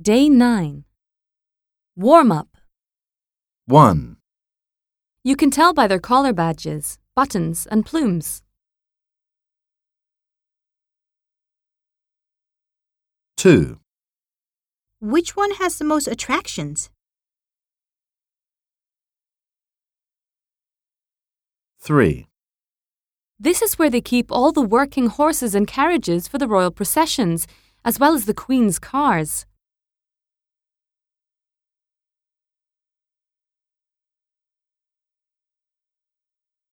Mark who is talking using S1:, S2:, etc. S1: Day 9. Warm up.
S2: 1,
S1: You can tell by their collar badges, buttons, and plumes.
S2: 2,
S3: Which one has the most attractions?
S2: 3,
S1: This is where they keep all the working horses and carriages for the royal processions, as well as the Queen's cars.